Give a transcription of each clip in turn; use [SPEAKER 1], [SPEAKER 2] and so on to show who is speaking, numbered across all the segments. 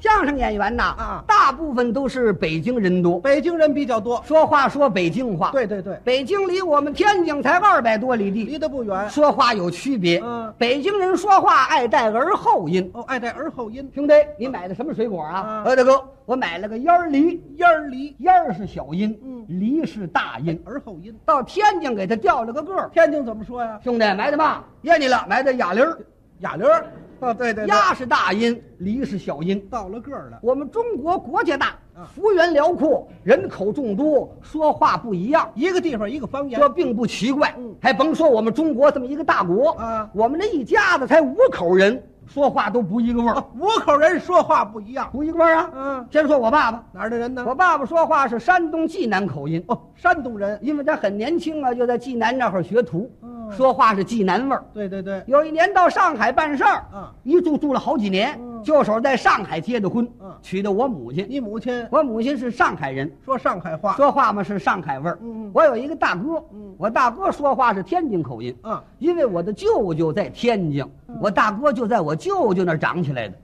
[SPEAKER 1] 相声演员呐，
[SPEAKER 2] 啊
[SPEAKER 1] 大部分都是北京人多，
[SPEAKER 2] 北京人比较多。
[SPEAKER 1] 说话说北京话。，
[SPEAKER 2] 对对对，
[SPEAKER 1] 北京离我们天津才二百多里
[SPEAKER 2] 离
[SPEAKER 1] 地，
[SPEAKER 2] 得不远。
[SPEAKER 1] 说话有区别。
[SPEAKER 2] 嗯
[SPEAKER 1] 北京人说话爱带儿后音。
[SPEAKER 2] 哦，爱带儿后音。
[SPEAKER 1] 兄弟，你
[SPEAKER 2] 嗯
[SPEAKER 1] 买的什么水果啊
[SPEAKER 2] 啊？
[SPEAKER 1] 哎，大哥，我买了个烟儿梨，
[SPEAKER 2] 烟儿梨，
[SPEAKER 1] 烟儿是小音，
[SPEAKER 2] 嗯
[SPEAKER 1] 梨是大音。
[SPEAKER 2] 儿后音。
[SPEAKER 1] 到天津给它调了个个儿。
[SPEAKER 2] 天津怎么说呀？
[SPEAKER 1] 兄弟，买的嘛？噎你了，买的哑铃儿。
[SPEAKER 2] 哑铃儿。哦，对对对，
[SPEAKER 1] 鸭是大音，梨是小音。
[SPEAKER 2] 到了个儿了。
[SPEAKER 1] 我们中国国家大
[SPEAKER 2] 啊，
[SPEAKER 1] 幅员辽阔，人口众多，说话不一样，
[SPEAKER 2] 一个地方一个方言
[SPEAKER 1] 这。并不奇怪
[SPEAKER 2] 哎嗯。
[SPEAKER 1] 还甭说我们中国这么一个大国
[SPEAKER 2] 啊
[SPEAKER 1] 我们这一家子才五口人，说话都不一个味儿
[SPEAKER 2] 哦，五口人说话不一样。
[SPEAKER 1] 不一个味儿啊。
[SPEAKER 2] 嗯，
[SPEAKER 1] 先说我爸爸，
[SPEAKER 2] 哪儿的人呢？
[SPEAKER 1] 我爸爸说话是山东济南口音，
[SPEAKER 2] 哦，山东人。
[SPEAKER 1] 因为他很年轻啊，就在济南那会儿学徒，
[SPEAKER 2] 嗯
[SPEAKER 1] 说话是济南味儿。
[SPEAKER 2] 对对对，
[SPEAKER 1] 有一年到上海办事儿，
[SPEAKER 2] 啊
[SPEAKER 1] 一住住了好几年，
[SPEAKER 2] 嗯
[SPEAKER 1] 就手在上海结的婚，
[SPEAKER 2] 嗯
[SPEAKER 1] 娶的我母亲。
[SPEAKER 2] 你母亲
[SPEAKER 1] 我母亲是上海人，
[SPEAKER 2] 说上海话。
[SPEAKER 1] 说话嘛是上海味儿。
[SPEAKER 2] 啊嗯
[SPEAKER 1] 我有一个大哥，
[SPEAKER 2] 嗯
[SPEAKER 1] 我大哥说话是天津口音，
[SPEAKER 2] 啊，
[SPEAKER 1] 因为我的舅舅在天津，
[SPEAKER 2] 嗯
[SPEAKER 1] 我大哥就在我舅舅那儿长起来的。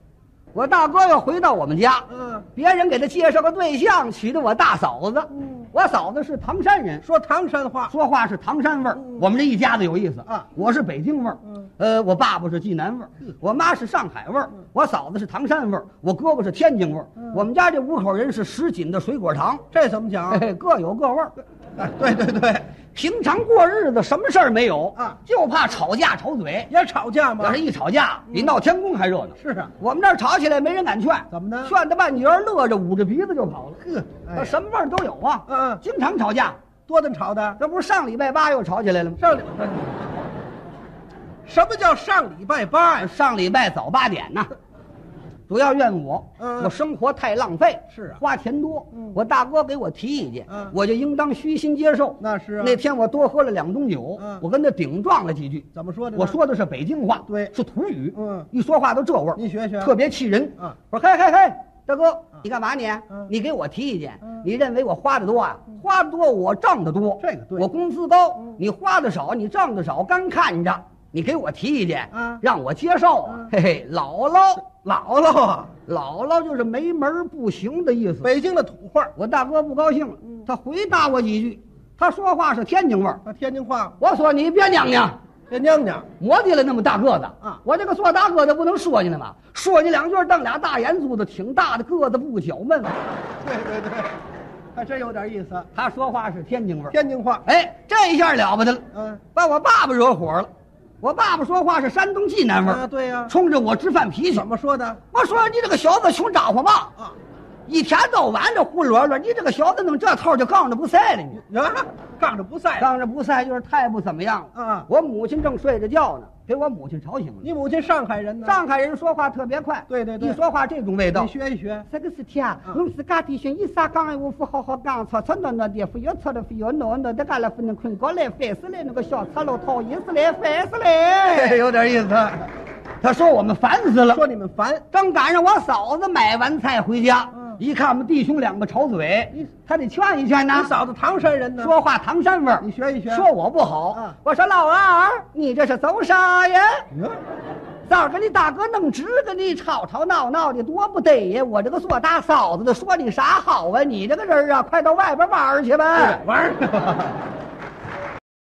[SPEAKER 1] 我大哥要回到我们家，
[SPEAKER 2] 嗯，
[SPEAKER 1] 别人给他介绍个对象，娶的我大嫂子。
[SPEAKER 2] 嗯
[SPEAKER 1] 我嫂子是唐山人，
[SPEAKER 2] 说唐山话。
[SPEAKER 1] 说话是唐山味儿。
[SPEAKER 2] 嗯
[SPEAKER 1] 我们这一家子有意思
[SPEAKER 2] 啊
[SPEAKER 1] 我是北京味儿，
[SPEAKER 2] 嗯
[SPEAKER 1] 呃，我爸爸是济南味儿，我妈是上海味儿，我嫂子是唐山味儿，我哥哥是天津味儿。
[SPEAKER 2] 嗯
[SPEAKER 1] 我们家这五口人是十锦的水果糖，
[SPEAKER 2] 这怎 么讲
[SPEAKER 1] 嘿？嘿各有各味儿。
[SPEAKER 2] 哎，对对对，
[SPEAKER 1] 平常过日子，什么事儿没有
[SPEAKER 2] 啊
[SPEAKER 1] 就怕吵架吵嘴。
[SPEAKER 2] 也吵架吗
[SPEAKER 1] 要？是一吵架，
[SPEAKER 2] 嗯
[SPEAKER 1] 比闹天宫还热闹。
[SPEAKER 2] 是啊，
[SPEAKER 1] 我们这儿吵起来没人敢劝，
[SPEAKER 2] 怎么呢
[SPEAKER 1] 劝他半截儿，乐着捂着鼻子就跑了。
[SPEAKER 2] 呵，
[SPEAKER 1] 那
[SPEAKER 2] 哎，
[SPEAKER 1] 什么味儿都有啊，
[SPEAKER 2] 嗯嗯
[SPEAKER 1] 经常吵架。
[SPEAKER 2] 多顿吵的。
[SPEAKER 1] 这不是上礼拜八又吵起来了吗？
[SPEAKER 2] 上礼，什么叫上礼拜八呀？
[SPEAKER 1] 上礼拜早八点呐，主要怨我，
[SPEAKER 2] 嗯
[SPEAKER 1] 我生活太浪费，
[SPEAKER 2] 是啊
[SPEAKER 1] 花钱多。
[SPEAKER 2] 嗯
[SPEAKER 1] 我大哥给我提意见，
[SPEAKER 2] 嗯
[SPEAKER 1] 我就应当虚心接受。
[SPEAKER 2] 那是啊
[SPEAKER 1] 那天我多喝了两盅酒，
[SPEAKER 2] 嗯
[SPEAKER 1] 我跟他顶撞了几句。
[SPEAKER 2] 怎么说的？
[SPEAKER 1] 我，说的是北京话，
[SPEAKER 2] 对
[SPEAKER 1] 是土语，
[SPEAKER 2] 嗯
[SPEAKER 1] 一说话都这味儿，
[SPEAKER 2] 你学学
[SPEAKER 1] 特别气人。
[SPEAKER 2] 嗯
[SPEAKER 1] 我说嘿嘿嘿，大哥，你干嘛你
[SPEAKER 2] 嗯？
[SPEAKER 1] 你给我提意见
[SPEAKER 2] 嗯，
[SPEAKER 1] 你认为我花的多啊？花的多，我挣的多，
[SPEAKER 2] 这个对嗯
[SPEAKER 1] 我工资高，你花的少，你挣的少，干看着。你给我提意见
[SPEAKER 2] 嗯
[SPEAKER 1] 让我接受啊
[SPEAKER 2] 嗯！
[SPEAKER 1] 嘿嘿，姥姥，
[SPEAKER 2] 姥姥啊，
[SPEAKER 1] 姥姥就是没门儿不行的意思。
[SPEAKER 2] 北京的土话儿，
[SPEAKER 1] 我大哥不高兴了，
[SPEAKER 2] 嗯
[SPEAKER 1] 他回答我几句，他说话是天津味儿。
[SPEAKER 2] 啊，天津话，
[SPEAKER 1] 我说你别娘娘，
[SPEAKER 2] 这娘娘
[SPEAKER 1] 磨叽了那么大个子
[SPEAKER 2] 啊
[SPEAKER 1] 我这个做大个子不能说你了吗？说你两句，瞪俩大眼珠子，挺大的个子不小闷。
[SPEAKER 2] 对对对，还真有点意思。
[SPEAKER 1] 他说话是天津味儿。
[SPEAKER 2] 天津话，
[SPEAKER 1] 哎，这一下了不得了，
[SPEAKER 2] 嗯
[SPEAKER 1] 把我爸爸惹火了。我爸爸说话是山东济南味儿、
[SPEAKER 2] 啊，对呀，
[SPEAKER 1] 冲着我直犯脾气
[SPEAKER 2] 怎。么说的？
[SPEAKER 1] 我说你这个小子穷咋呼嘛，
[SPEAKER 2] 啊，
[SPEAKER 1] 一天到晚这胡乱乱，你这个小子弄这套就杠着不赛了你。
[SPEAKER 2] 呀，杠啊着不赛
[SPEAKER 1] 杠着不赛就是太不怎么样了。
[SPEAKER 2] 啊
[SPEAKER 1] 我母亲正睡着觉呢，给我母亲吵醒了。
[SPEAKER 2] 你母亲上海人呢？
[SPEAKER 1] 上海人说话特别快，
[SPEAKER 2] 对对对嗯
[SPEAKER 1] 一说话这种味道
[SPEAKER 2] 你。学一学。
[SPEAKER 1] 这个是天，我自家弟兄一啥讲的，我不好好讲，吵吵闹闹的，不要吵的，不要闹闹的，干了不能困觉来，烦死了，那个小赤佬讨厌死了，烦死了。
[SPEAKER 2] 有点意思，
[SPEAKER 1] 他说我们烦死了
[SPEAKER 2] 说，你们烦，
[SPEAKER 1] 正赶上我嫂子买完菜回家
[SPEAKER 2] 嗯，
[SPEAKER 1] 一看我们弟兄两个吵嘴
[SPEAKER 2] 你，
[SPEAKER 1] 他得劝一劝呐
[SPEAKER 2] 你。嫂子唐山人呢？
[SPEAKER 1] 说话唐山味儿，
[SPEAKER 2] 你学一学
[SPEAKER 1] 说我不好
[SPEAKER 2] 嗯，
[SPEAKER 1] 我说老二，你这是走啥呀？
[SPEAKER 2] 哟，
[SPEAKER 1] 早跟你大哥弄直，跟你吵吵闹闹的，多不得呀！我这个做
[SPEAKER 2] 哎
[SPEAKER 1] 大嫂子的，说你啥好啊？你这个人啊，快到外边玩儿去吧！
[SPEAKER 2] 玩儿去吧。